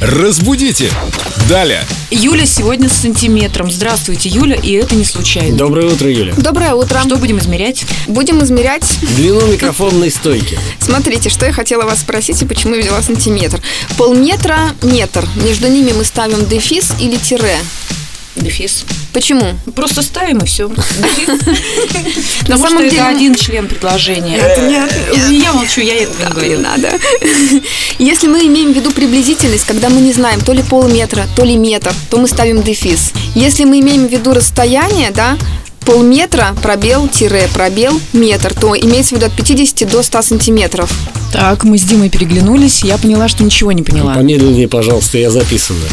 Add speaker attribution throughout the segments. Speaker 1: Разбудите! Далее!
Speaker 2: Юля сегодня с сантиметром. Здравствуйте, Юля, и это не случайно.
Speaker 3: Доброе утро, Юля.
Speaker 4: Доброе утро.
Speaker 2: Что будем измерять?
Speaker 4: Будем измерять.
Speaker 3: Длину микрофонной стойки.
Speaker 4: Смотрите, что я хотела вас спросить и почему я взяла сантиметр. Полметра, метр. Между ними мы ставим дефис или тире.
Speaker 2: Дефис.
Speaker 4: Почему?
Speaker 2: Просто ставим и все.
Speaker 4: На
Speaker 2: Потому
Speaker 4: самом
Speaker 2: что
Speaker 4: деле-
Speaker 2: это один член
Speaker 4: Э,
Speaker 2: предложения. Я молчу, я этого не
Speaker 4: Да, не
Speaker 2: говорю.
Speaker 4: надо. Если мы имеем в виду приблизительность, когда мы не знаем то ли полметра, то ли метр, то мы ставим дефис. Если мы имеем в виду расстояние, да, полметра, пробел, тире, пробел, метр, то имеется в виду от 50 до 100 сантиметров.
Speaker 2: Так, мы с Димой переглянулись, я поняла, что ничего не поняла.
Speaker 3: Помедленнее, пожалуйста, я записываю.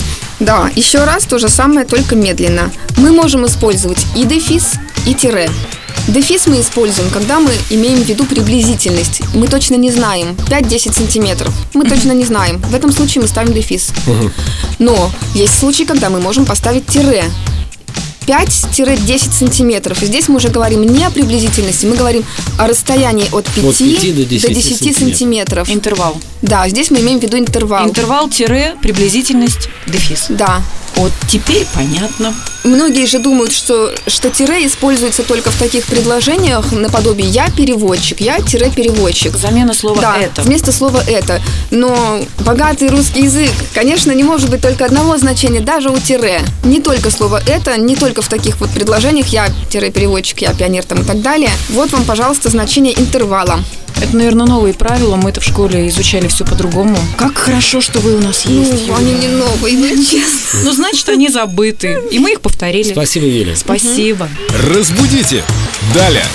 Speaker 4: Да, еще раз то же самое, только медленно. Мы можем использовать и дефис, и тире. Дефис мы используем, когда мы имеем в виду приблизительность. Мы точно не знаем. 5-10 сантиметров. Мы точно не знаем. В этом случае мы ставим дефис. Но есть случаи, когда мы можем поставить тире. 5-10 сантиметров. И здесь мы уже говорим не о приблизительности, мы говорим о расстоянии от 5,
Speaker 3: От 5 до 10 сантиметров.
Speaker 4: сантиметров.
Speaker 2: Интервал.
Speaker 4: Да, здесь мы имеем в виду интервал.
Speaker 2: Интервал тире приблизительность дефис.
Speaker 4: Да.
Speaker 2: Вот теперь понятно.
Speaker 4: Многие же думают, что, что тире используется только в таких предложениях наподобие «я переводчик», «я тире переводчик».
Speaker 2: Замена слова
Speaker 4: Да,
Speaker 2: это.
Speaker 4: вместо слова «это». Но богатый русский язык, конечно, не может быть только одного значения, даже у тире. Не только слово «это», не только в таких вот предложениях «я тире переводчик», «я пионер» там и так далее. Вот вам, пожалуйста, значение интервала.
Speaker 2: Это, наверное, новые правила. Мы это в школе изучали все по-другому. Как хорошо, что вы у нас есть.
Speaker 4: Ну,
Speaker 2: Юля.
Speaker 4: они не новые, ну, честно.
Speaker 2: Ну, значит, они забыты. И мы их повторили.
Speaker 3: Спасибо, Юля.
Speaker 2: Спасибо.
Speaker 1: Разбудите! Далее!